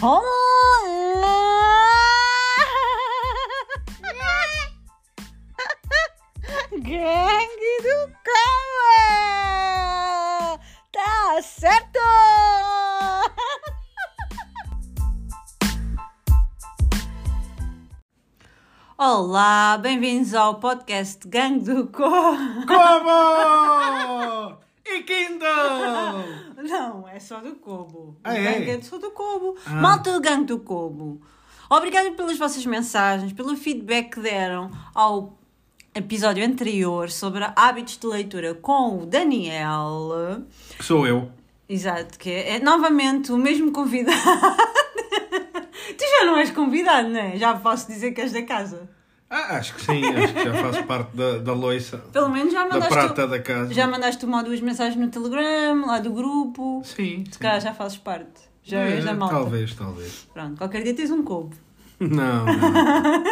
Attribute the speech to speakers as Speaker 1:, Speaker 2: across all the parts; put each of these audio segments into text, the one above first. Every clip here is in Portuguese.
Speaker 1: ほーんGangue do Cama! Tá certo! Olá, bem-vindos ao podcast Gangue do Cor.
Speaker 2: Como? E Kindle!
Speaker 1: Não, é só do Cobo.
Speaker 2: Ah,
Speaker 1: o
Speaker 2: é? Ah.
Speaker 1: gangue é só do Cobo. Malta do gangue do Cobo. Obrigada pelas vossas mensagens, pelo feedback que deram ao episódio anterior sobre hábitos de leitura com o Daniel.
Speaker 2: Que sou eu.
Speaker 1: Exato, que é, é novamente o mesmo convidado. tu já não és convidado, não é? Já posso dizer que és da casa.
Speaker 2: Ah, acho que sim, acho que já faço parte da, da loiça.
Speaker 1: Pelo menos já
Speaker 2: Da
Speaker 1: mandaste.
Speaker 2: prata da casa.
Speaker 1: Já mandaste uma ou duas mensagens no Telegram, lá do grupo.
Speaker 2: Sim.
Speaker 1: Se calhar já fazes parte. Já
Speaker 2: É,
Speaker 1: és da malta.
Speaker 2: Talvez, talvez.
Speaker 1: Pronto, qualquer dia tens um cobo.
Speaker 2: Não, não.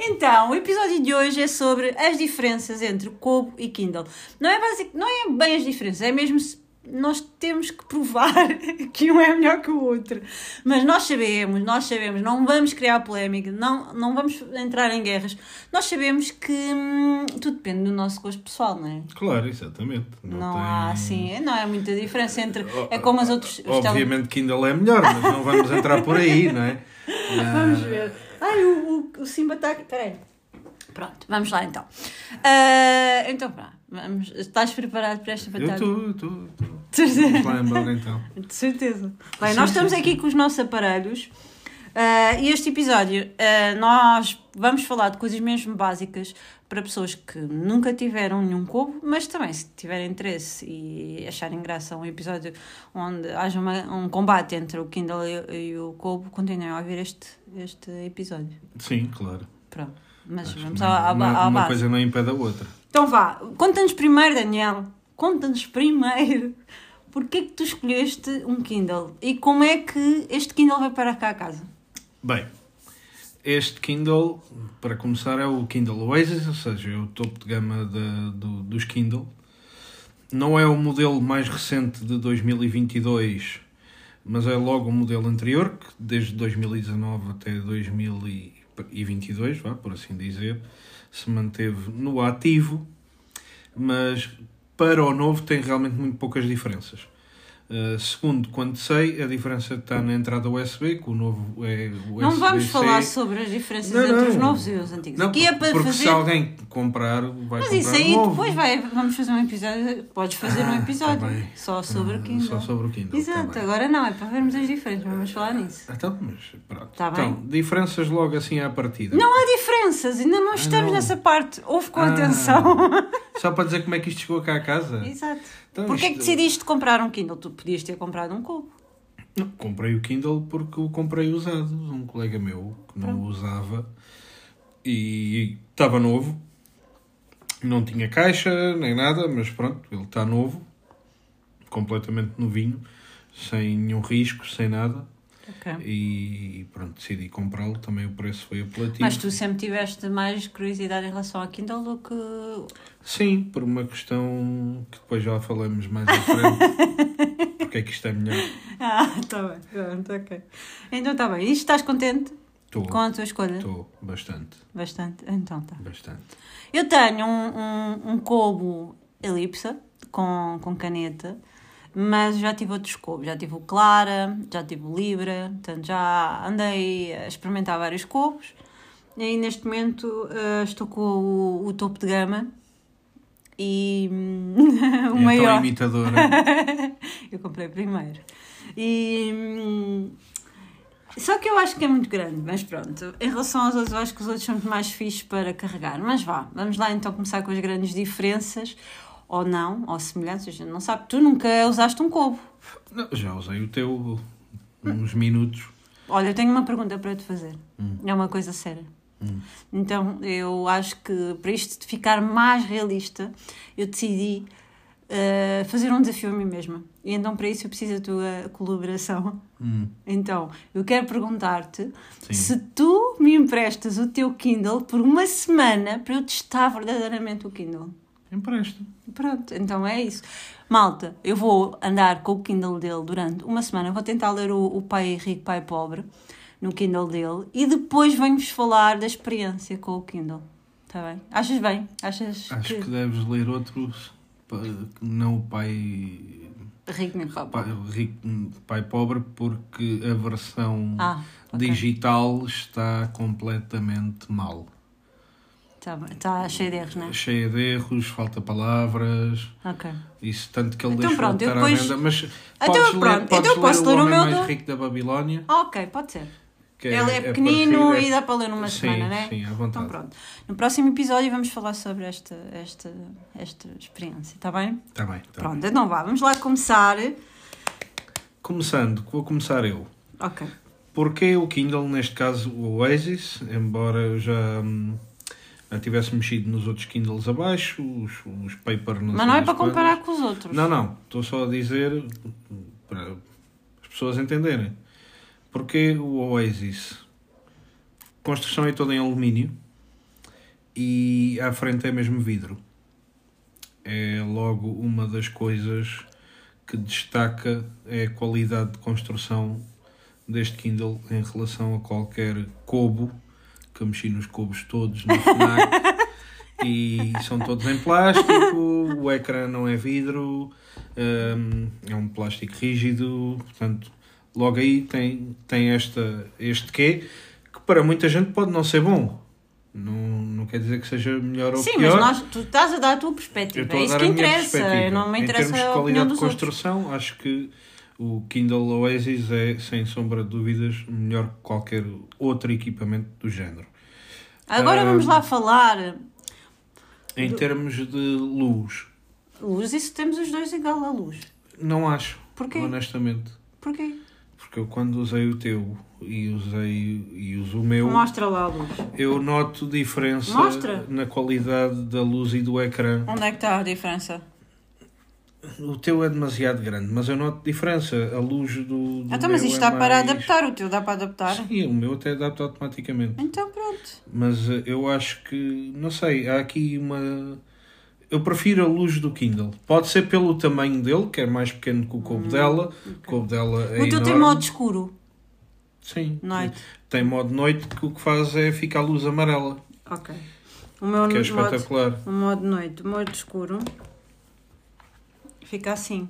Speaker 1: Então, o episódio de hoje é sobre as diferenças entre Kobo e Kindle. Não é, basic, não é bem as diferenças, é mesmo se nós temos que provar que um é melhor que o outro. Mas nós sabemos, nós sabemos, não vamos criar polémica, não, não vamos entrar em guerras. Nós sabemos que hum, tudo depende do nosso gosto pessoal, não é?
Speaker 2: Claro, exatamente. Não,
Speaker 1: Não
Speaker 2: tem- Oh,
Speaker 1: há assim, não é muita diferença entre. É como as outras. os tele-
Speaker 2: Obviamente Kindle é melhor, mas não vamos entrar por aí, não é?
Speaker 1: Vamos ver. Ai, o, o, o Simba está aqui. Peraí. Pronto, vamos lá então. Ah, então, pá, vamos. Estás preparado para esta
Speaker 2: Eu
Speaker 1: batalha?
Speaker 2: estou, estou, estou.
Speaker 1: De
Speaker 2: Vamos lá embora então.
Speaker 1: certeza. Bem,
Speaker 2: Sim,
Speaker 1: nós
Speaker 2: sim,
Speaker 1: estamos
Speaker 2: sim.
Speaker 1: aqui com os nossos aparelhos. ah, e este episódio, ah, nós vamos falar de coisas mesmo básicas para pessoas que nunca tiveram nenhum cubo, mas também se tiverem interesse e acharem graça um episódio onde haja uma- um combate entre o Kindle e, e o cubo, continuem a ouvir este, este episódio.
Speaker 2: Sim, claro.
Speaker 1: Pronto, mas
Speaker 2: Acho
Speaker 1: vamos
Speaker 2: que
Speaker 1: à, à,
Speaker 2: uma,
Speaker 1: à
Speaker 2: uma
Speaker 1: base.
Speaker 2: coisa não impede a outra.
Speaker 1: Então vá, conta-nos primeiro, Daniel. Conta-nos primeiro porque é que tu escolheste um Kindle e como é que este Kindle vai para cá a casa.
Speaker 2: Bem, este Kindle, para começar, é o Kindle Oasis, ou seja, é o topo de gama da- do- dos Kindle. Não é o modelo mais recente de 2022, mas é logo o modelo anterior, que desde 2019 até 2022, vá, por assim dizer, se manteve no ativo, mas para o novo tem realmente muito poucas diferenças. Uh, segundo, quando sei, a diferença está na entrada USB, que o novo é USB.
Speaker 1: não vamos falar sobre as diferenças
Speaker 2: Não,
Speaker 1: entre os
Speaker 2: não.
Speaker 1: novos e os antigos.
Speaker 2: Não,
Speaker 1: Aqui é para
Speaker 2: porque se
Speaker 1: fazer.
Speaker 2: alguém comprar, vai
Speaker 1: Mas
Speaker 2: comprar
Speaker 1: isso aí
Speaker 2: o novo.
Speaker 1: depois vai, vamos fazer um episódio. Podes fazer
Speaker 2: Ah,
Speaker 1: um episódio
Speaker 2: tá bem.
Speaker 1: só sobre o
Speaker 2: Ah,
Speaker 1: Kindle.
Speaker 2: Só sobre o Kindle.
Speaker 1: Exato,
Speaker 2: tá bem.
Speaker 1: agora não, é para vermos as diferenças, vamos falar nisso.
Speaker 2: Então, mas pronto.
Speaker 1: Tá bem.
Speaker 2: então, diferenças logo assim à partida.
Speaker 1: Não há diferenças, ainda não estamos
Speaker 2: Ah, não.
Speaker 1: nessa parte. Houve com
Speaker 2: Ah.
Speaker 1: atenção.
Speaker 2: Só para dizer como é que isto chegou cá à casa.
Speaker 1: Exato.
Speaker 2: Então,
Speaker 1: Porquê é que
Speaker 2: isto-
Speaker 1: decidiste comprar um Kindle? Tu podias ter comprado um cubo.
Speaker 2: Não, comprei o Kindle porque o comprei usado. Um colega meu que não o usava e estava novo. Não tinha caixa nem nada, mas pronto, ele está novo, completamente novinho, sem nenhum risco, sem nada. Tipo- E pronto, decidi comprá-lo. Também o preço foi apelativo.
Speaker 1: Mas tu sempre tiveste mais curiosidade em relação ao Kindle do que.
Speaker 2: Sim, por uma questão que depois já falamos mais à frente. porque é que isto é melhor?
Speaker 1: Ah, está bem. Pronto, ok. Então está bem. E estás contente
Speaker 2: Estou,
Speaker 1: com a tua escolha?
Speaker 2: estou, bastante,
Speaker 1: Bastante. Então tá.
Speaker 2: bastante.
Speaker 1: Eu tenho um, um, um cubo elipsa com, com caneta, mas já tive outros cubos. Já tive o Clara, já tive o Libra, portanto já andei a experimentar vários cubos. E neste momento eh, estou com o, o topo de gama e hum, o
Speaker 2: é tão
Speaker 1: maior.
Speaker 2: imitadora.
Speaker 1: eu comprei primeiro. E. hum, Só que eu acho que é muito grande, mas pronto. Em relação aos outros, eu acho que os outros são muito mais fixos para carregar. Mas vá, vamos lá então começar com as grandes diferenças, ou não, ou semelhanças, a gente não sabe. Tu nunca usaste um cubo.
Speaker 2: Não, já usei o teu uns minutos.
Speaker 1: Olha, eu tenho uma pergunta para te fazer.
Speaker 2: Hum.
Speaker 1: É uma coisa séria. Então, eu acho que para isto de ficar mais realista, eu decidi eh, fazer um desafio a mim mesma. E então, para isso, eu preciso da tua colaboração.
Speaker 2: Hum,
Speaker 1: Então, eu quero perguntar-te
Speaker 2: Sim.
Speaker 1: se tu me emprestas o teu Kindle por uma semana para eu testar verdadeiramente o Kindle.
Speaker 2: empresto.
Speaker 1: Pronto, então é isso. Malta, eu vou andar com o Kindle dele durante uma semana, vou tentar ler o, o Pai Rico, Pai Pobre no Kindle dele e depois venho-vos falar da experiência com o Kindle. Está bem? Achas bem? Achas
Speaker 2: Acho que deves ler outros, pa- não o pai,
Speaker 1: Rico nem pobre.
Speaker 2: pai rico, pai pobre, porque a versão
Speaker 1: Ah, ok.
Speaker 2: digital está completamente mal.
Speaker 1: Está tá cheio de erros, não é?
Speaker 2: Cheia de erros, falta palavras.
Speaker 1: Ok.
Speaker 2: Isso, tanto que ele
Speaker 1: Então
Speaker 2: deixou
Speaker 1: pronto,
Speaker 2: de
Speaker 1: eu
Speaker 2: estar
Speaker 1: depois-
Speaker 2: à venda. Mas
Speaker 1: Então
Speaker 2: podes
Speaker 1: eu
Speaker 2: ler,
Speaker 1: pronto,
Speaker 2: podes
Speaker 1: então eu posso
Speaker 2: ler
Speaker 1: ler
Speaker 2: o
Speaker 1: o
Speaker 2: Homem
Speaker 1: meu
Speaker 2: mais
Speaker 1: do-
Speaker 2: rico da Babilónia.
Speaker 1: Ok, pode ser.
Speaker 2: que
Speaker 1: Ele é, pequenino
Speaker 2: parecido,
Speaker 1: e dá para ler numa
Speaker 2: Sim,
Speaker 1: semana, não é?
Speaker 2: sim, à vontade.
Speaker 1: Então pronto. No próximo episódio vamos falar sobre esta, esta, esta experiência, está bem?
Speaker 2: Tá bem, tá bem.
Speaker 1: Pronto, então vá, vamos lá começar.
Speaker 2: Começando, vou começar eu.
Speaker 1: Ok.
Speaker 2: Porquê o Kindle, neste caso o Oasis, embora eu já, hum, já tivesse mexido nos outros Kindles abaixo, os, os paper não
Speaker 1: Mas
Speaker 2: sei
Speaker 1: não é
Speaker 2: das
Speaker 1: para
Speaker 2: quantas.
Speaker 1: comparar com os outros.
Speaker 2: Não, não, estou só a dizer para as pessoas entenderem. Porquê o Oasis? Construção é toda em alumínio e à frente é mesmo vidro. É logo uma das coisas que destaca é a qualidade de construção deste Kindle em relação a qualquer cubo, que eu mexi nos cubos todos no FNAC, e são todos em plástico, o ecrã não é vidro, hum, é um plástico rígido, portanto, logo aí tem, tem esta, este quê, que para muita gente pode não ser bom. Não, não quer dizer que seja melhor ou
Speaker 1: Sim,
Speaker 2: pior.
Speaker 1: mas nós, tu estás a dar a tua
Speaker 2: Eu
Speaker 1: perspectiva.
Speaker 2: estou
Speaker 1: É
Speaker 2: a
Speaker 1: isso
Speaker 2: dar
Speaker 1: que
Speaker 2: a minha
Speaker 1: interessa.
Speaker 2: perspectiva.
Speaker 1: Não me
Speaker 2: Em
Speaker 1: interessa
Speaker 2: termos de
Speaker 1: a opinião
Speaker 2: qualidade de
Speaker 1: dos outros.
Speaker 2: construção, acho que o Kindle Oasis é, sem sombra de dúvidas, melhor que qualquer outro equipamento do género.
Speaker 1: Agora vamos lá falar.
Speaker 2: Em termos de luz,
Speaker 1: Luz, isso temos os dois igual à luz.
Speaker 2: não acho,
Speaker 1: Porquê?
Speaker 2: honestamente.
Speaker 1: Porquê?
Speaker 2: Porque eu quando usei o teu e usei e uso o meu,
Speaker 1: Mostra lá a luz.
Speaker 2: eu noto diferença
Speaker 1: Mostra.
Speaker 2: na qualidade da luz e do ecrã.
Speaker 1: Onde é que está a diferença?
Speaker 2: O teu é demasiado grande, mas eu noto diferença. A luz do, do
Speaker 1: Então, mas
Speaker 2: meu
Speaker 1: isto
Speaker 2: é
Speaker 1: dá para
Speaker 2: mais-
Speaker 1: adaptar. O teu dá para adaptar?
Speaker 2: Sim, o meu até adapta automaticamente.
Speaker 1: Então pronto.
Speaker 2: Mas eh, eu acho que, não sei, há aqui uma. Eu prefiro a luz do Kindle. Pode ser pelo tamanho dele, que é mais pequeno que o cubo dela. O cubo dela é.
Speaker 1: Hum, o teu tem
Speaker 2: enorme.
Speaker 1: modo escuro.
Speaker 2: Sim.
Speaker 1: Noite.
Speaker 2: Tem modo noite que o que faz é ficar a luz amarela,
Speaker 1: Ok. O meu
Speaker 2: que
Speaker 1: modo,
Speaker 2: é espetacular.
Speaker 1: o modo noite, o modo escuro. Fica assim.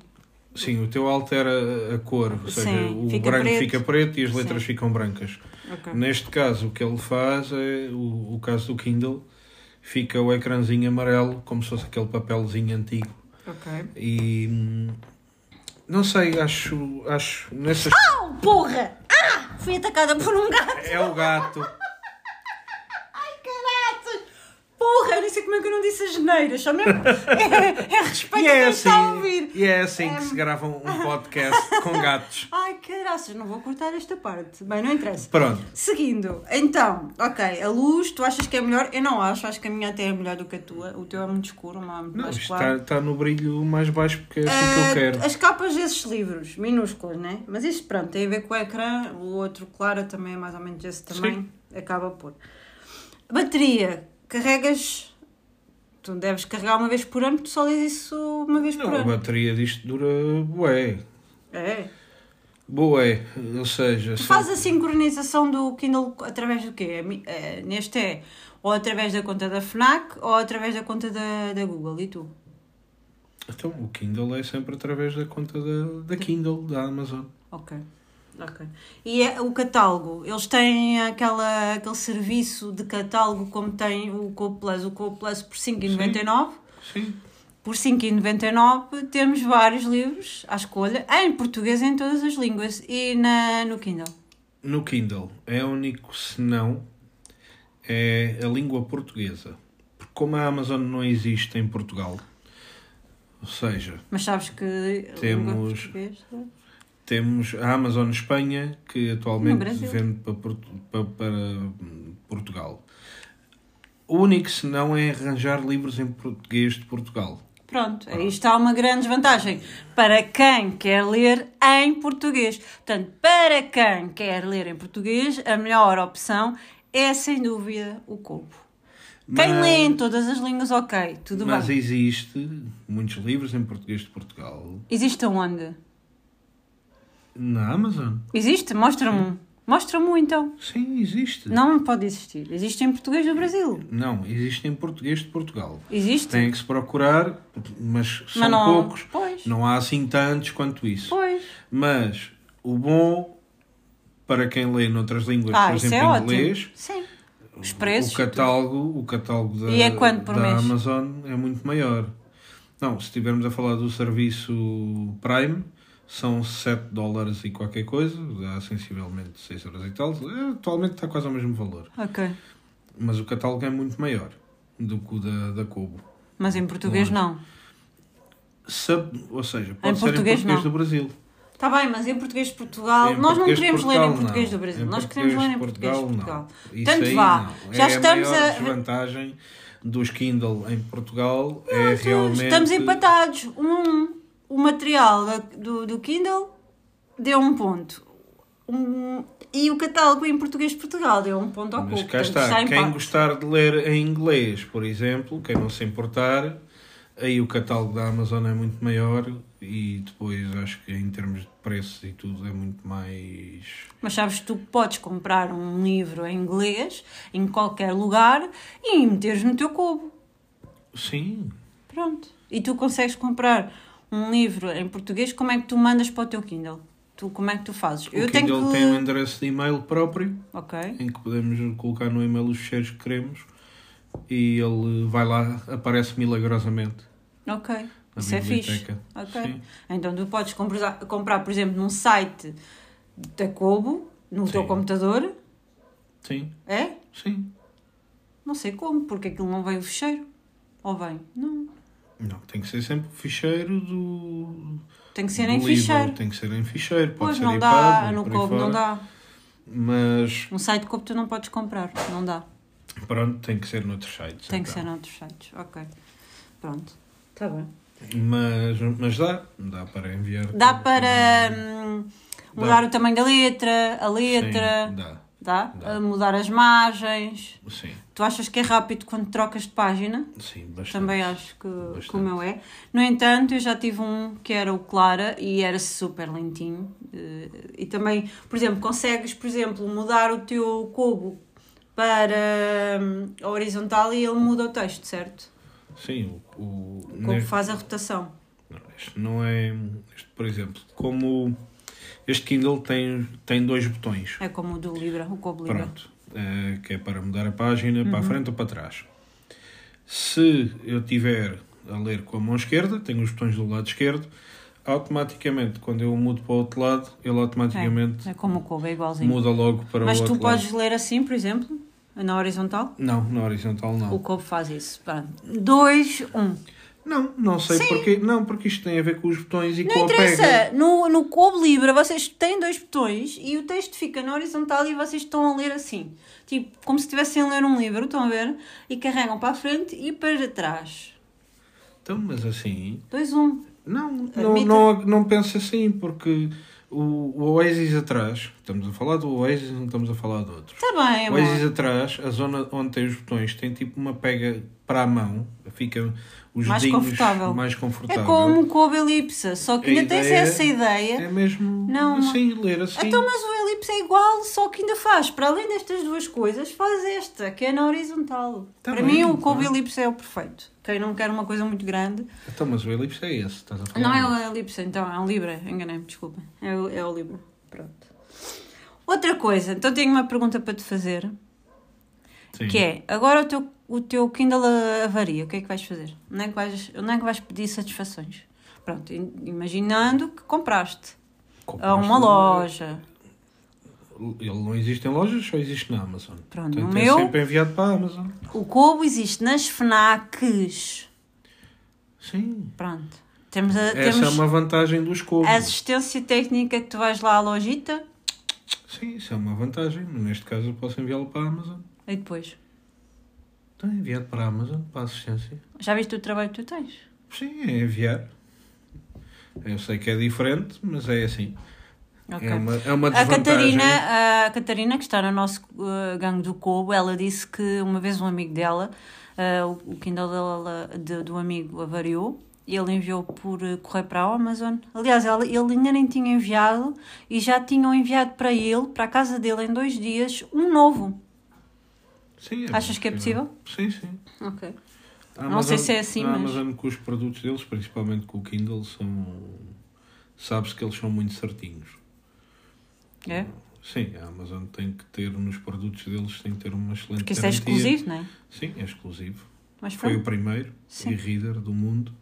Speaker 2: Sim, o teu altera a cor, ou seja,
Speaker 1: Sim,
Speaker 2: o
Speaker 1: fica
Speaker 2: branco
Speaker 1: preto.
Speaker 2: fica preto e as letras
Speaker 1: Sim.
Speaker 2: ficam brancas.
Speaker 1: Ok.
Speaker 2: Neste caso, o que ele faz é, o, o caso do Kindle, fica o ecrãzinho amarelo, como se fosse aquele papelzinho antigo.
Speaker 1: Ok.
Speaker 2: E hum, não sei, acho. acho nessas...
Speaker 1: Oh, porra! Ah! Fui atacada por um gato.
Speaker 2: É o gato.
Speaker 1: Caraças! Porra, eu nem sei como é que eu não disse as geneiras, só mesmo. É, é respeito
Speaker 2: E
Speaker 1: a
Speaker 2: é
Speaker 1: quem
Speaker 2: assim,
Speaker 1: está a ouvir.
Speaker 2: e é assim que se grava um um podcast com gatos.
Speaker 1: Ai, caraças, não vou cortar esta parte. Bem, não interessa.
Speaker 2: Pronto.
Speaker 1: Seguindo, então, ok, a luz, tu achas que é melhor? Eu não acho, acho que a minha até é melhor do que a tua. O teu é muito escuro, uma
Speaker 2: Não,
Speaker 1: mais
Speaker 2: isto
Speaker 1: claro.
Speaker 2: está está no brilho mais baixo porque é assim que eu
Speaker 1: Ah,
Speaker 2: quero.
Speaker 1: As capas desses livros, minúsculas, né? Mas isto, pronto, tem a ver com o ecrã. O outro, claro, também é mais ou menos esse também. Acaba por. Bateria, carregas. Tu deves carregar uma vez por ano, tu só lês isso uma vez por
Speaker 2: Não, a
Speaker 1: ano.
Speaker 2: bateria disto dura bué.
Speaker 1: É.
Speaker 2: Bué, ou seja,
Speaker 1: Tu
Speaker 2: se-
Speaker 1: faz a sincronização do Kindle através do quê? É mi- é, Neste é ou através da conta da Fnac ou através da conta da, da Google. E tu?
Speaker 2: então, o Kindle é sempre através da conta da, da Kindle, da Amazon.
Speaker 1: Ok. Ok. E é o catálogo? Eles têm aquela, aquele serviço de catálogo como tem o Coop Plus. O Coop Plus por 5,99.
Speaker 2: Sim.
Speaker 1: Por 5,99 temos vários livros à escolha, em português em todas as línguas e na, no Kindle.
Speaker 2: No Kindle é o único senão é a língua portuguesa. Porque como a Amazon não existe em Portugal, ou seja,
Speaker 1: Mas sabes que... a língua
Speaker 2: Temos-
Speaker 1: portuguesa-
Speaker 2: temos a Amazon Espanha que
Speaker 1: No
Speaker 2: atualmente
Speaker 1: Brasil.
Speaker 2: vende para, Portu- pa- para, hum, Portugal. O único senão é arranjar livros em português de Portugal.
Speaker 1: Pronto, aí está uma grande desvantagem para quem quer ler em português. Portanto, para quem quer ler em português, a melhor opção é sem dúvida o Cobo. Quem lê em todas as línguas, ok, tudo
Speaker 2: mas
Speaker 1: bem.
Speaker 2: existe muitos livros em português de Portugal
Speaker 1: Existe onde?
Speaker 2: na Amazon.
Speaker 1: Existe? Mostra-me um. Mostra-me um então.
Speaker 2: Sim, existe.
Speaker 1: Não pode existir. Existe em português do Brasil.
Speaker 2: Não, existe em português de Portugal.
Speaker 1: Existe?
Speaker 2: Tem que se procurar, mas são
Speaker 1: Mas não-
Speaker 2: poucos.
Speaker 1: pois.
Speaker 2: Não há assim tantos quanto isso.
Speaker 1: Pois.
Speaker 2: Mas o bom para quem lê noutras línguas,
Speaker 1: Ah,
Speaker 2: por
Speaker 1: isso
Speaker 2: exemplo,
Speaker 1: é
Speaker 2: em
Speaker 1: ótimo.
Speaker 2: inglês,
Speaker 1: Sim. Os
Speaker 2: o é
Speaker 1: preços.
Speaker 2: catálogo, o catálogo da,
Speaker 1: E é quanto por
Speaker 2: da
Speaker 1: mês?
Speaker 2: Amazon é muito maior. Não, se estivermos a falar do serviço Prime, são 7 dólares e qualquer coisa, dá sensivelmente 6 euros e tal. É, Atualmente está quase ao mesmo valor.
Speaker 1: Ok.
Speaker 2: Mas o catálogo é muito maior do que o da, da Kobo.
Speaker 1: Mas em português
Speaker 2: é?
Speaker 1: não.
Speaker 2: Se- ou seja, pode
Speaker 1: português,
Speaker 2: ser em português
Speaker 1: não.
Speaker 2: do Brasil.
Speaker 1: Está Tá bem, mas em português de Portugal,
Speaker 2: Em
Speaker 1: nós não
Speaker 2: português de
Speaker 1: queremos ler em
Speaker 2: Portugal,
Speaker 1: português
Speaker 2: não.
Speaker 1: do Brasil,
Speaker 2: Em
Speaker 1: nós queremos ler em português de
Speaker 2: português
Speaker 1: Portugal.
Speaker 2: não. Isso
Speaker 1: Tanto
Speaker 2: aí
Speaker 1: vá,
Speaker 2: não.
Speaker 1: já
Speaker 2: é
Speaker 1: estamos
Speaker 2: a.
Speaker 1: a.
Speaker 2: maior desvantagem dos Kindle em Portugal é
Speaker 1: Pronto,
Speaker 2: realmente.
Speaker 1: Estamos empatados. Um, a um. O material da- do, do Kindle deu um ponto. Um- e o catálogo em português de Portugal deu um ponto ao
Speaker 2: Mas
Speaker 1: cubo.
Speaker 2: cá
Speaker 1: Portanto,
Speaker 2: está,
Speaker 1: em
Speaker 2: quem
Speaker 1: empate.
Speaker 2: gostar de ler em inglês, por exemplo, quem não se importar, aí o catálogo da Amazon é muito maior e depois acho que em termos de preços e tudo é muito mais.
Speaker 1: Mas sabes, tu podes comprar um livro em inglês, em qualquer lugar, e meteres no teu cubo.
Speaker 2: Sim,
Speaker 1: Pronto. E tu consegues comprar um livro em português, como é que tu mandas para o teu Kindle? Tu, como é que tu fazes?
Speaker 2: o Kindle tem um endereço de e-mail próprio
Speaker 1: Ok.
Speaker 2: em que podemos colocar no e-mail os cheiros que queremos e ele vai lá, aparece milagrosamente.
Speaker 1: Ok.
Speaker 2: Na
Speaker 1: Isso é fixe.
Speaker 2: biblioteca.
Speaker 1: Ok.
Speaker 2: Sim.
Speaker 1: Então tu podes comprar, comprar, por exemplo, num site da Kobo, no teu
Speaker 2: Sim.
Speaker 1: computador.
Speaker 2: Sim,
Speaker 1: É?
Speaker 2: sim.
Speaker 1: Não sei como, porque aquilo não vem o fecheiro. Ou vem? Não.
Speaker 2: Não, tem que ser sempre o ficheiro do.
Speaker 1: Tem que ser
Speaker 2: do
Speaker 1: em
Speaker 2: livro.
Speaker 1: ficheiro.
Speaker 2: Tem que ser em ficheiro, pode
Speaker 1: Pois
Speaker 2: ser
Speaker 1: não
Speaker 2: iPad,
Speaker 1: dá,
Speaker 2: e
Speaker 1: no
Speaker 2: por aí
Speaker 1: Kobo não
Speaker 2: fora.
Speaker 1: dá.
Speaker 2: Mas
Speaker 1: Um site Kobo tu não podes comprar, não dá.
Speaker 2: pronto, tem que ser noutros sites.
Speaker 1: Tem que ser
Speaker 2: então.
Speaker 1: noutros sites. Ok. Pronto. Está bem.
Speaker 2: Mas, mas dá, dá para enviar.
Speaker 1: Dá para hum,
Speaker 2: Dá.
Speaker 1: mudar o tamanho da letra, a letra,
Speaker 2: Sim, dá,
Speaker 1: dá?
Speaker 2: Dá.
Speaker 1: A mudar as margens.
Speaker 2: sim,
Speaker 1: Tu achas que é rápido quando trocas de página?
Speaker 2: sim, bastante.
Speaker 1: Também acho que,
Speaker 2: Bastante.
Speaker 1: que o meu é. No entanto, eu já tive um que era o Clara e era super lentinho. eh, E também, por exemplo, consegues, por exemplo, mudar o teu cubo para hum, a horizontal e ele muda o texto, certo?
Speaker 2: Sim, o. o
Speaker 1: O cubo faz a rotação.
Speaker 2: Não, Este não é. Este, por exemplo, como este Kindle tem, tem dois botões.
Speaker 1: É Uhum. como o do Libra, o cubo Libra.
Speaker 2: Pronto. eh, que é para mudar a página para a frente ou para trás. Se eu tiver a ler com a mão esquerda, tenho os botões do lado esquerdo, automaticamente, quando eu mudo para o outro lado, ele automaticamente
Speaker 1: É, é como o cubo, é igualzinho.
Speaker 2: muda logo para
Speaker 1: Mas
Speaker 2: o outro
Speaker 1: tu
Speaker 2: lado.
Speaker 1: podes ler assim, por exemplo, na horizontal?
Speaker 2: Não, na horizontal não.
Speaker 1: O cubo faz isso. Pronto. Dois, um.
Speaker 2: Não, não sei
Speaker 1: Sim.
Speaker 2: porque. Não, porque isto tem a ver com os botões e
Speaker 1: Não
Speaker 2: com a pega.
Speaker 1: interessa. No, no cubo Libra vocês têm dois botões e o texto fica na horizontal e vocês estão a ler assim. Tipo, como se estivessem a ler um livro, estão a ver? E carregam para a frente e para trás.
Speaker 2: Então, mas assim,
Speaker 1: Dois, um.
Speaker 2: Não, não,
Speaker 1: Admita.
Speaker 2: não, não penso assim, porque o, o Oasis atrás, estamos a falar do Oasis, não estamos a falar de outro.
Speaker 1: Está Tá bem,
Speaker 2: O
Speaker 1: amor.
Speaker 2: Oasis atrás, a zona onde tem os botões, tem tipo uma pega para a mão, fica os
Speaker 1: Mais
Speaker 2: dedinhos
Speaker 1: confortável.
Speaker 2: mais confortável.
Speaker 1: É como o cubo elipse, só que
Speaker 2: A
Speaker 1: ainda tens
Speaker 2: ideia
Speaker 1: essa ideia.
Speaker 2: É mesmo
Speaker 1: Não.
Speaker 2: assim, ler assim.
Speaker 1: Então, mas o elipse é igual, só que ainda faz, para além destas duas coisas, faz esta, que é na horizontal.
Speaker 2: Tá
Speaker 1: para
Speaker 2: bem,
Speaker 1: mim, o
Speaker 2: tá
Speaker 1: cubo
Speaker 2: bem.
Speaker 1: elipse é o perfeito. Quem não quer uma coisa muito grande.
Speaker 2: Então, mas o elipse é esse, estás a falar.
Speaker 1: Não é o elipse, então, é um Libra, enganei-me, desculpa. É o, é o Libra. Pronto. Outra coisa, então tenho uma pergunta para te fazer,
Speaker 2: Sim.
Speaker 1: que é: agora o teu, o teu Kindle a- avaria, o que é que vais fazer? Onde é que vais, onde é que vais pedir satisfações? Pronto, im- imaginando que compraste a
Speaker 2: Compraste
Speaker 1: É uma
Speaker 2: no-
Speaker 1: loja.
Speaker 2: Ele não existe em lojas, só existe na Amazon.
Speaker 1: Pronto,
Speaker 2: Portanto,
Speaker 1: no
Speaker 2: é
Speaker 1: meu-
Speaker 2: sempre enviado para a Amazon.
Speaker 1: O cubo existe nas FNACs.
Speaker 2: Sim.
Speaker 1: Pronto. Temos a,
Speaker 2: Essa é
Speaker 1: temos
Speaker 2: uma vantagem dos cobos.
Speaker 1: a assistência técnica que tu vais lá à lojita
Speaker 2: Sim, isso é uma vantagem. Neste caso, eu posso enviá-lo para a Amazon.
Speaker 1: e depois.
Speaker 2: Então, é enviado para a Amazon, para a assistência.
Speaker 1: Já viste o trabalho que tu tens?
Speaker 2: Sim, é enviar. Eu sei que é diferente, mas é assim.
Speaker 1: Ok.
Speaker 2: É, uma, é uma
Speaker 1: A
Speaker 2: desvantagem.
Speaker 1: Catarina, a Catarina, que está no nosso uh, gangue do Cobo, ela disse que uma vez um amigo dela, uh, o- o Kindle dela, de- do amigo avariou, e ele enviou por uh, correio para a Amazon. Aliás, ela- ele ainda nem tinha enviado e já tinham enviado para ele, para a casa dele, em dois dias, um novo.
Speaker 2: Sim,
Speaker 1: Achas que é possível?
Speaker 2: Sim, sim.
Speaker 1: Ok.
Speaker 2: A
Speaker 1: Não sei se é assim,
Speaker 2: a
Speaker 1: mas-
Speaker 2: Amazon com os produtos deles, principalmente com o Kindle, são... Sabe-se que eles são muito certinhos.
Speaker 1: É?
Speaker 2: Sim, a Amazon tem que ter nos produtos deles, tem que ter uma excelente
Speaker 1: Porque isso é
Speaker 2: garantia.
Speaker 1: exclusivo, Então. não é?
Speaker 2: Sim, é exclusivo.
Speaker 1: Mas
Speaker 2: Foi
Speaker 1: pronto.
Speaker 2: o primeiro
Speaker 1: Sim.
Speaker 2: e-reader do mundo.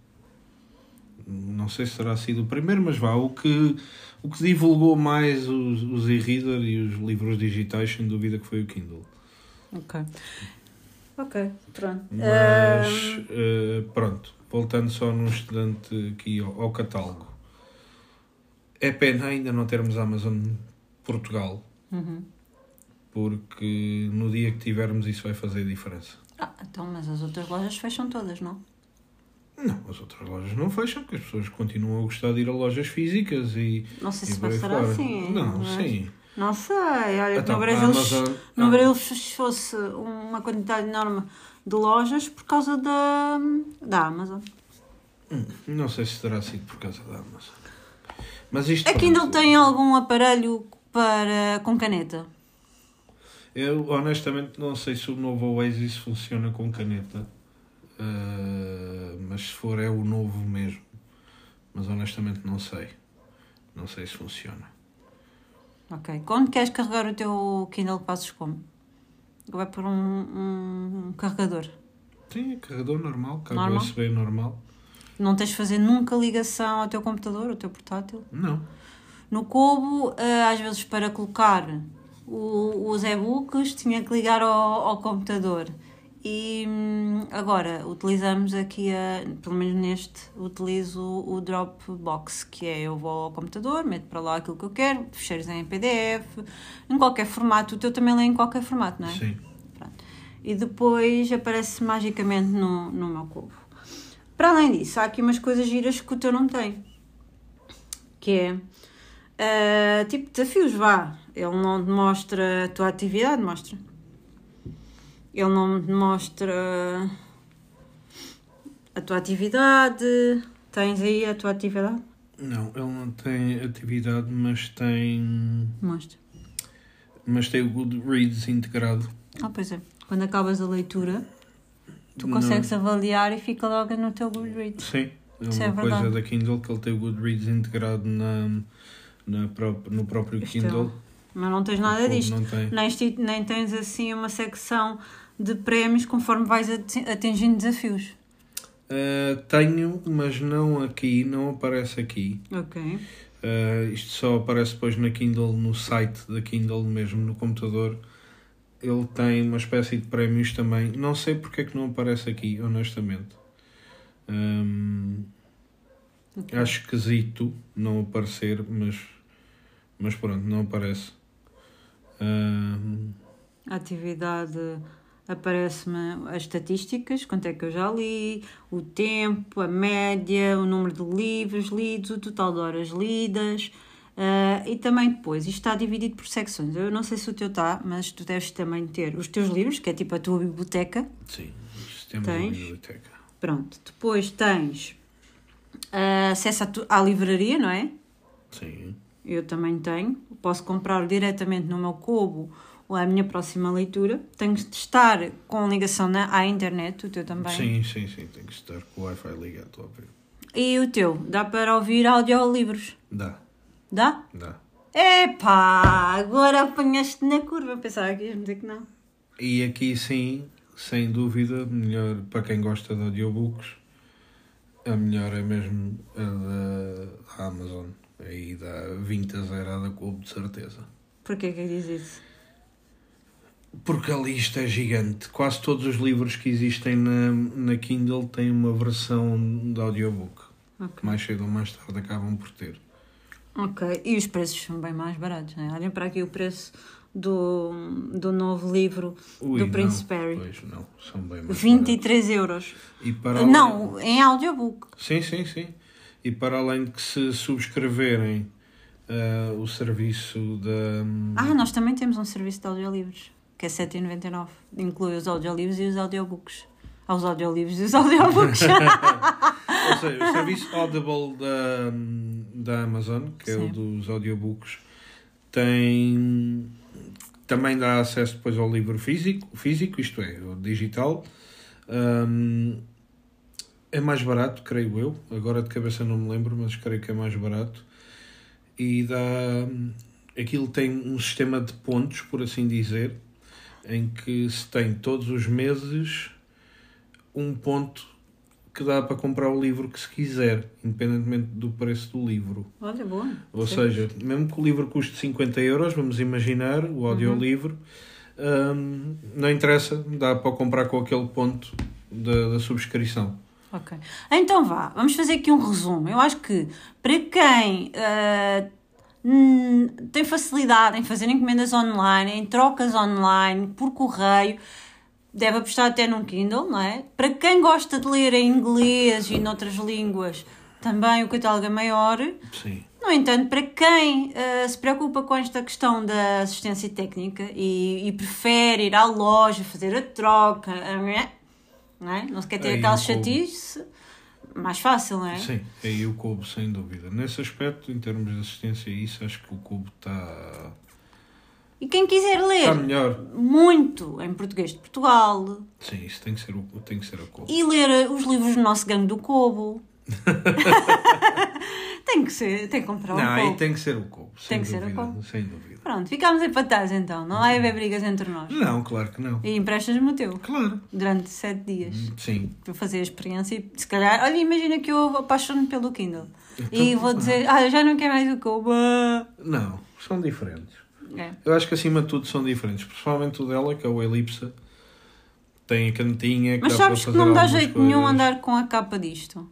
Speaker 2: Não sei se terá sido o primeiro, mas vá, o que, o que divulgou mais os, os e-reader e os livros digitais, sem dúvida que foi o Kindle.
Speaker 1: Ok. Ok, pronto.
Speaker 2: Mas, eh, pronto, voltando só num estudante aqui ao, ao catálogo. É pena ainda não termos Amazon Portugal,
Speaker 1: Uhum.
Speaker 2: porque no dia que tivermos isso vai fazer diferença.
Speaker 1: Ah, então, mas as outras lojas fecham todas, não?
Speaker 2: Não, as outras lojas não fecham, porque as pessoas continuam a gostar de ir a lojas físicas e.
Speaker 1: Não sei
Speaker 2: e
Speaker 1: Então se
Speaker 2: por aí
Speaker 1: passará
Speaker 2: fora.
Speaker 1: assim.
Speaker 2: Não,
Speaker 1: mas-
Speaker 2: sim.
Speaker 1: Não sei, olha, que
Speaker 2: Então,
Speaker 1: no
Speaker 2: a
Speaker 1: Brasil,
Speaker 2: Amazon- Ah.
Speaker 1: no Brasil se fosse uma quantidade enorme de lojas por causa da, da Amazon.
Speaker 2: Hum, Não sei se terá sido por causa da Amazon. Mas isto.
Speaker 1: A Kindle
Speaker 2: pronto.
Speaker 1: É tem algum aparelho para, com caneta?
Speaker 2: Eu honestamente não sei se o novo Oasis funciona com caneta. Ah, mas se for, é o novo mesmo. Mas honestamente não sei. Não sei se funciona.
Speaker 1: Ok. Quando queres carregar o teu Kindle, passas como? Vai por um, um carregador.
Speaker 2: Tem carregador normal, cabo
Speaker 1: Normal?
Speaker 2: USB normal.
Speaker 1: Não tens de fazer nunca ligação ao teu computador, ao teu portátil?
Speaker 2: Não.
Speaker 1: No Kobo, eh, às vezes para colocar o- os e-books, tinha que ligar ao, ao computador. E hum, agora utilizamos aqui, a, pelo menos neste, utilizo o Dropbox, que é eu vou ao computador, meto para lá aquilo que eu quero, fecheiros em PDF, em qualquer formato, o teu também lê em qualquer formato, não é?
Speaker 2: Sim.
Speaker 1: Pronto. E depois aparece magicamente no, no meu cubo. Para além disso, há aqui umas coisas giras que o teu não tem. Que é ah, tipo desafios, vá. Ele não demonstra a tua atividade, mostra. Ele não demonstra a tua atividade. Tens aí a tua atividade?
Speaker 2: Não, ele não tem atividade, mas tem.
Speaker 1: Mostra.
Speaker 2: Mas tem o Goodreads integrado.
Speaker 1: Ah, pois é. Quando acabas a leitura, tu
Speaker 2: Não.
Speaker 1: consegues avaliar e fica logo no teu Goodreads.
Speaker 2: Sim, é
Speaker 1: Isso
Speaker 2: uma
Speaker 1: é
Speaker 2: coisa
Speaker 1: verdade.
Speaker 2: da Kindle que ele tem o Goodreads integrado na, na pró- no próprio
Speaker 1: Isto é
Speaker 2: Kindle.
Speaker 1: Mas não tens nada
Speaker 2: O Kobo
Speaker 1: disto.
Speaker 2: Não tem.
Speaker 1: nem, esti- nem tens assim uma secção de prémios conforme vais ati- atingindo desafios.
Speaker 2: Ah, tenho, mas não aqui, não aparece aqui.
Speaker 1: Ok.
Speaker 2: Ah, isto só aparece depois na Kindle, no site da Kindle mesmo, no computador. Ele tem uma espécie de prémios também. Não sei porque é que não aparece aqui, honestamente. Ahm,
Speaker 1: Ok.
Speaker 2: acho esquisito não aparecer, mas, mas pronto, não aparece. Ahm,
Speaker 1: A atividade aparece-me as estatísticas, quanto é que eu já li, o tempo, a média, o número de livros lidos, o total de horas lidas. ah, e também depois, isto está dividido por secções. Eu não sei se o teu está, mas tu deves também ter os teus livros, que é tipo a tua biblioteca,
Speaker 2: sim, sistema
Speaker 1: Tens?
Speaker 2: de biblioteca.
Speaker 1: Pronto, depois tens ah, acesso à, tu- à livraria, não é?
Speaker 2: Sim.
Speaker 1: Eu também tenho. Posso comprar diretamente no meu cubo ou à minha próxima leitura. Tenho de estar com ligação na, à internet, o teu também.
Speaker 2: sim, sim, sim, tem que estar com o Wi-Fi ligado, óbvio.
Speaker 1: E o teu? Dá para ouvir audiolivros?
Speaker 2: Dá,
Speaker 1: Dá?
Speaker 2: dá.
Speaker 1: Epá, agora apanhaste na curva. Pensava que ias me dizer que não.
Speaker 2: E aqui sim, sem dúvida, melhor para quem gosta de audiobooks, a melhor é mesmo a da da Amazon. Aí dá 20 a zerada com de certeza.
Speaker 1: Porquê que diz isso?
Speaker 2: Porque a lista é gigante. Quase todos os livros que existem na, na Kindle têm uma versão de audiobook.
Speaker 1: Ok.
Speaker 2: Mais cedo ou mais tarde acabam por ter.
Speaker 1: Ok, e os preços são bem mais baratos, né? Olhem para aqui o preço do, do novo livro
Speaker 2: Ui,
Speaker 1: do
Speaker 2: não.
Speaker 1: Príncipe Harry.
Speaker 2: Pois não, são bem mais
Speaker 1: 23 euros.
Speaker 2: baratos. E para além-
Speaker 1: Não, em audiobook.
Speaker 2: Sim, sim, sim. E para além de que se subscreverem ah, o serviço da.
Speaker 1: Ah, nós também temos um serviço de audiolivros, que é 7,99. Inclui os audiolivros e os audiobooks. Aos audiolivros e os audiobooks.
Speaker 2: Ou seja, o serviço Audible da, da Amazon, que é
Speaker 1: Sim.
Speaker 2: o dos audiobooks, tem também dá acesso depois ao livro físico, físico isto é, ao digital. Hum, é mais barato, creio eu. Agora de cabeça não me lembro, mas creio que é mais barato. E dá. Aquilo tem um sistema de pontos, por assim dizer, em que se tem todos os meses um ponto que dá para comprar o livro que se quiser, independentemente do preço do livro.
Speaker 1: Olha, boa.
Speaker 2: Ou
Speaker 1: Sim.
Speaker 2: seja, mesmo que o livro custe 50 euros, vamos imaginar, o audiolivro, hum, não interessa, dá para comprar com aquele ponto da, da subscrição.
Speaker 1: Ok. Então vá, vamos fazer aqui um resumo. Eu acho que para quem ah, hum, tem facilidade em fazer encomendas online, em trocas online, por correio, deve apostar até num Kindle, não é? Para quem gosta de ler em inglês e noutras línguas, também o catálogo é maior.
Speaker 2: Sim.
Speaker 1: No entanto, para quem ah, se preocupa com esta questão da assistência técnica e, e prefere ir à loja, fazer a troca, ah, não, é? não se quer ter
Speaker 2: Aí
Speaker 1: aquela
Speaker 2: um pouco.
Speaker 1: chatice, mais fácil, não é?
Speaker 2: Sim, aí o Cubo, sem dúvida. Nesse aspecto, em termos de assistência, e isso acho que o Cubo está,
Speaker 1: E quem quiser ler
Speaker 2: está melhor.
Speaker 1: muito em português de Portugal
Speaker 2: Sim, isso tem que ser o, tem que ser o Cubo.
Speaker 1: e ler eh, os livros do nosso gangue do Cobo, tem que ser, tem que comprar um
Speaker 2: não, aí
Speaker 1: Cobo.
Speaker 2: tem que ser o Cubo. sem
Speaker 1: Tem que ser o
Speaker 2: dúvida,
Speaker 1: Cubo.
Speaker 2: Sem dúvida.
Speaker 1: Pronto, ficámos empatados então, não vai haver brigas entre nós.
Speaker 2: Não, claro que não.
Speaker 1: E emprestas-me o teu
Speaker 2: Claro.
Speaker 1: durante sete dias.
Speaker 2: Sim.
Speaker 1: Vou fazer a experiência e se calhar, olha, imagina que eu apaixono pelo Kindle
Speaker 2: Então,
Speaker 1: e vou dizer, ah, já não quero mais o Kobo.
Speaker 2: Não, são diferentes.
Speaker 1: É.
Speaker 2: Eu acho que acima de tudo são diferentes, principalmente o dela, que é o Elipsa. Tem a cantinha que
Speaker 1: Mas
Speaker 2: dá para
Speaker 1: sabes que
Speaker 2: fazer
Speaker 1: não me dá
Speaker 2: algumas
Speaker 1: jeito nenhum
Speaker 2: coisas. Um
Speaker 1: andar com a capa disto.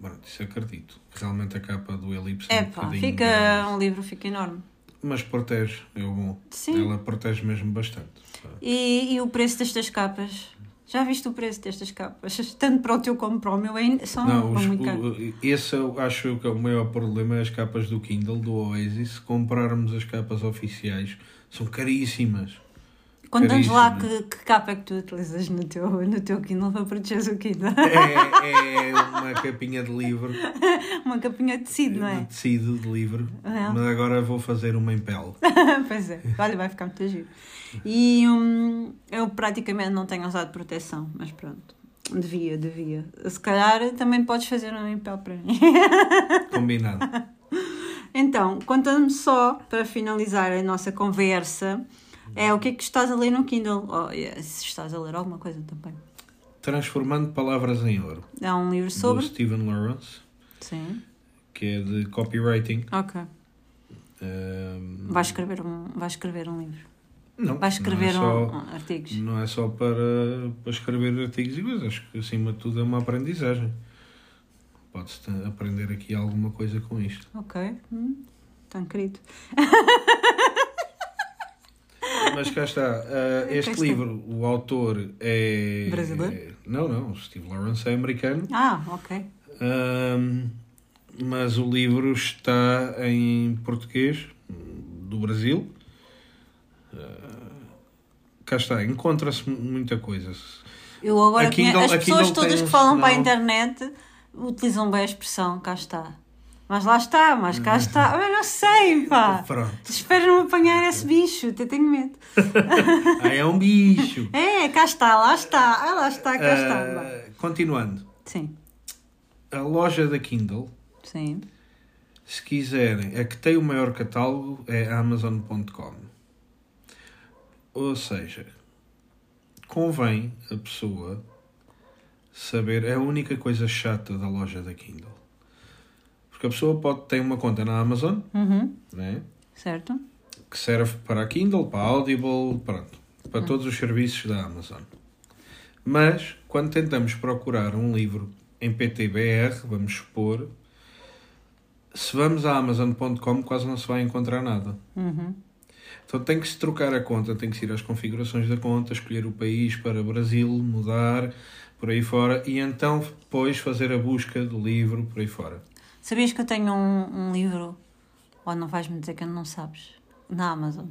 Speaker 2: Bom, isso acredito. Realmente a capa do Elipsa
Speaker 1: É
Speaker 2: um
Speaker 1: pá,
Speaker 2: bocadinho
Speaker 1: fica,
Speaker 2: grande.
Speaker 1: um livro fica enorme.
Speaker 2: Mas protege, é o bom.
Speaker 1: Sim.
Speaker 2: Ela protege mesmo bastante.
Speaker 1: E, e o preço destas capas? Já viste o preço destas capas? Tanto para o teu como para o meu, ainda são
Speaker 2: Não, os-
Speaker 1: muito caros.
Speaker 2: o- esse eu acho eu que é o maior problema é as capas do Kindle, do Oasis. Se comprarmos as capas oficiais, são caríssimas.
Speaker 1: Conta-nos lá que,
Speaker 2: caríssimo. né?
Speaker 1: que capa é que tu utilizas no teu, no teu Kindle para protegeres o Kindle.
Speaker 2: É, é uma capinha de livro,
Speaker 1: Uma capinha de tecido, não
Speaker 2: de
Speaker 1: é?
Speaker 2: tecido de livro.
Speaker 1: Não.
Speaker 2: Mas agora vou fazer uma em pele.
Speaker 1: pois é, olha, vai ficar muito giro. E hum, eu praticamente não tenho usado proteção, mas pronto. Devia, devia. Se calhar também podes fazer um impel para mim.
Speaker 2: Combinado.
Speaker 1: então, conta-me só, para finalizar a nossa conversa, é o que é que estás a ler no Kindle? Oh, yeah, se estás a ler alguma coisa também.
Speaker 2: Transformando Palavras em Ouro,
Speaker 1: É um livro sobre?
Speaker 2: do Stephen Lawrence,
Speaker 1: Sim.
Speaker 2: que é de copywriting.
Speaker 1: Ok.
Speaker 2: Ahm,
Speaker 1: Vai escrever um, vai escrever um livro.
Speaker 2: não,
Speaker 1: Vai escrever
Speaker 2: não é
Speaker 1: um,
Speaker 2: só,
Speaker 1: um- artigos.
Speaker 2: Não é só para, para escrever artigos e coisas, acho que acima de tudo é uma aprendizagem. Pode-se t- aprender aqui alguma coisa com isto.
Speaker 1: Ok. Hum, tão querido.
Speaker 2: Mas cá está, ah, este
Speaker 1: Cá está.
Speaker 2: livro, o autor é.
Speaker 1: Brasileiro?
Speaker 2: não, não, o Steve Lawrence é americano.
Speaker 1: Ah, ok.
Speaker 2: Ahm, mas o livro está em português do Brasil. Ah, cá está, encontra-se muita coisa.
Speaker 1: Eu agora
Speaker 2: A Kindle-
Speaker 1: conheço-
Speaker 2: a
Speaker 1: as pessoas
Speaker 2: Kindle
Speaker 1: todas
Speaker 2: tem
Speaker 1: que
Speaker 2: um
Speaker 1: falam para a
Speaker 2: sinal.
Speaker 1: internet utilizam bem a expressão cá está. Mas lá está, mas cá
Speaker 2: Uhum.
Speaker 1: está. Eu não sei, pá.
Speaker 2: Pronto.
Speaker 1: Espero não apanhar esse bicho, até tenho medo.
Speaker 2: Ah, é um bicho.
Speaker 1: É, cá está, lá está. Ah, lá está, cá está. Vá.
Speaker 2: Ah, continuando,
Speaker 1: Sim,
Speaker 2: a loja da Kindle,
Speaker 1: sim.
Speaker 2: se quiserem, a que tem o maior catálogo é a Amazon.com. Ou seja, convém a pessoa saber, é a única coisa chata da loja da Kindle. Porque a pessoa pode ter uma conta na Amazon,
Speaker 1: Uhum,
Speaker 2: né?
Speaker 1: certo?
Speaker 2: que serve para a Kindle, para a Audible, pronto, para todos os serviços da Amazon. Mas, quando tentamos procurar um livro em PTBR, vamos supor, se vamos à Amazon.com quase não se vai encontrar nada.
Speaker 1: Uhum.
Speaker 2: Então tem que se trocar a conta, tem que se ir às configurações da conta, escolher o país para Brasil, mudar, por aí fora, e então depois fazer a busca do livro por aí fora.
Speaker 1: Sabias que eu tenho um, um livro Ou não vais-me dizer que não sabes? Na Amazon.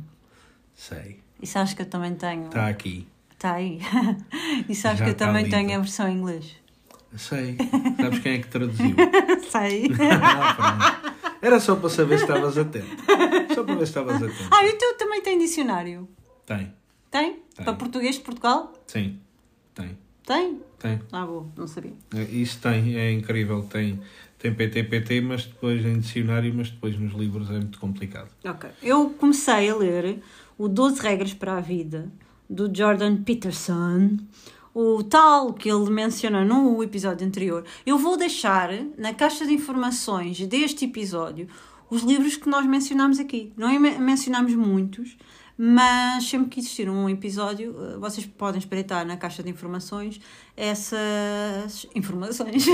Speaker 2: Sei.
Speaker 1: E sabes que eu também tenho.
Speaker 2: Está aqui.
Speaker 1: Tá aí. e sabes
Speaker 2: Já
Speaker 1: que eu
Speaker 2: tá
Speaker 1: também
Speaker 2: lido.
Speaker 1: tenho a versão em inglês.
Speaker 2: Sei. Sabes quem é que traduziu?
Speaker 1: Sei.
Speaker 2: Ah, pronto. Era só para saber se estavas atento. Só para ver se estavas atento.
Speaker 1: ah, e o teu também tem dicionário?
Speaker 2: Tem.
Speaker 1: Tem?
Speaker 2: Tem.
Speaker 1: Para português de Portugal?
Speaker 2: Sim. Tem.
Speaker 1: Tem?
Speaker 2: Tem.
Speaker 1: Ah, boa, não sabia.
Speaker 2: É, Isso tem. É incrível. Tem. Tem PTPT, mas depois em dicionário, mas depois nos livros é muito complicado.
Speaker 1: Ok. Eu comecei a ler o 12 Regras para a Vida, do Jordan Peterson, o tal que ele menciona no episódio anterior. Eu vou deixar na caixa de informações deste episódio os livros que nós mencionámos aqui. Não men- mencionámos muitos, mas sempre que existir um episódio, eh, vocês podem espreitar na caixa de informações essas informações.
Speaker 2: Sim.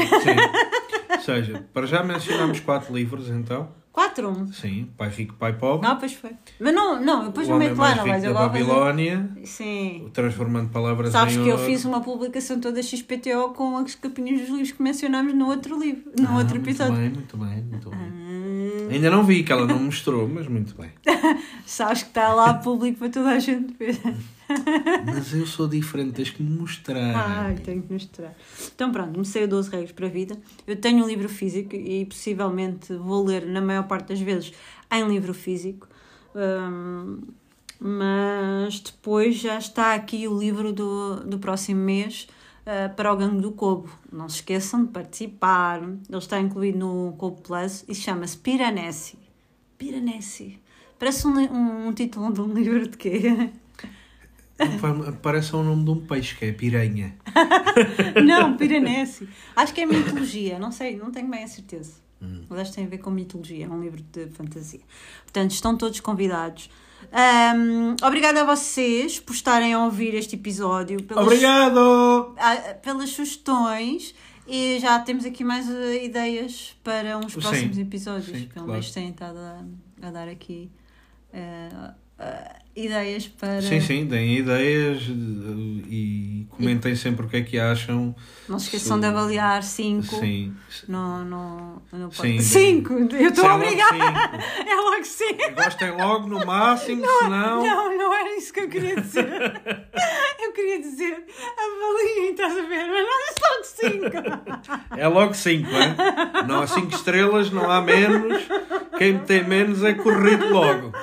Speaker 2: Ou seja, para já mencionámos quatro livros, então.
Speaker 1: Quatro? um.
Speaker 2: Sim. Pai Rico, Pai Pobre.
Speaker 1: Ah, pois foi. Mas não, não, eu depois
Speaker 2: o
Speaker 1: não
Speaker 2: Homem
Speaker 1: meto lá,
Speaker 2: Mais
Speaker 1: não
Speaker 2: Rico
Speaker 1: vais
Speaker 2: da
Speaker 1: agora. fazer-
Speaker 2: Babilónia.
Speaker 1: Sim.
Speaker 2: o Transformando Palavras
Speaker 1: Sabes
Speaker 2: em
Speaker 1: que eu
Speaker 2: Ouro.
Speaker 1: fiz um uma publicação toda XPTO com as capinhas dos livros que mencionámos no outro livro, no
Speaker 2: Ah,
Speaker 1: outro
Speaker 2: muito
Speaker 1: episódio.
Speaker 2: bem, muito bem, muito bem.
Speaker 1: Hum,
Speaker 2: Ainda não vi, que ela não mostrou, mas muito bem.
Speaker 1: sabes que está lá público para toda a gente ver.
Speaker 2: Mas eu sou diferente, tens que me mostrar.
Speaker 1: Ai, tenho que mostrar. Então pronto, comecei o 12 Regras para a Vida. Eu tenho um livro físico e possivelmente vou ler, na maior parte das vezes, em livro físico. Hum, mas depois já está aqui o livro do, do próximo mês ah, para o Gangue do Cobo. Não se esqueçam de participar. Ele está incluído no Cobo Plus e chama-se Piranesi. Piranesi. Parece um, li- um, um título de um livro de quê?
Speaker 2: Pa- Parece o nome de um peixe, que é piranha.
Speaker 1: Não, Piranesi. Acho que é mitologia, não sei, não tenho bem a certeza.
Speaker 2: Hum.
Speaker 1: Mas acho que tem a ver com mitologia, é um livro de fantasia. Portanto, estão todos convidados. Ahm, obrigada a vocês por estarem a ouvir este episódio, pelas,
Speaker 2: Obrigado!
Speaker 1: ah, pelas sugestões. E já temos aqui mais eh, ideias para uns
Speaker 2: Sim,
Speaker 1: próximos episódios.
Speaker 2: sim,
Speaker 1: Pelo
Speaker 2: claro.
Speaker 1: menos têm estado a, a dar aqui eh, ah, ideias para.
Speaker 2: Sim, sim, deem ideias eh, e comentem sempre o que é que acham.
Speaker 1: Não se esqueçam
Speaker 2: Sim.
Speaker 1: de avaliar 5.
Speaker 2: Sim.
Speaker 1: No, no, no
Speaker 2: Sim. é
Speaker 1: podcast. Cinco! Eu estou
Speaker 2: Sei lá,
Speaker 1: obrigada!
Speaker 2: sim.
Speaker 1: É logo cinco!
Speaker 2: Gostem logo no máximo, senão.
Speaker 1: Não, não era isso que eu queria dizer. Eu queria dizer avaliem, estás a ver? Mas não é logo cinco!
Speaker 2: É logo 5, é? Não há 5 estrelas, não há menos. Quem tem menos é corrido logo.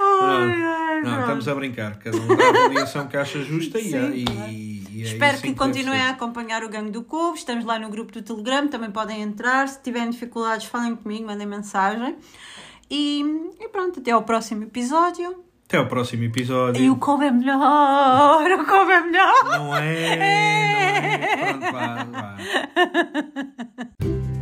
Speaker 1: Ai, ai,
Speaker 2: Não,
Speaker 1: pronto.
Speaker 2: estamos a brincar. Cada um dá a avaliação que acha justa e,
Speaker 1: Sim,
Speaker 2: e-
Speaker 1: claro.
Speaker 2: e é
Speaker 1: Espero
Speaker 2: assim
Speaker 1: que
Speaker 2: deve
Speaker 1: continuem
Speaker 2: ser.
Speaker 1: a acompanhar o Gangue do Cubo. Estamos lá no grupo do Telegram, também podem entrar. Se tiverem dificuldades, falem comigo, mandem mensagem. E, e pronto, até ao próximo episódio.
Speaker 2: Até ao próximo episódio.
Speaker 1: E o Couve é melhor! O Couve é
Speaker 2: eh,
Speaker 1: melhor!
Speaker 2: Não é? Não é? Pronto, vá, vá.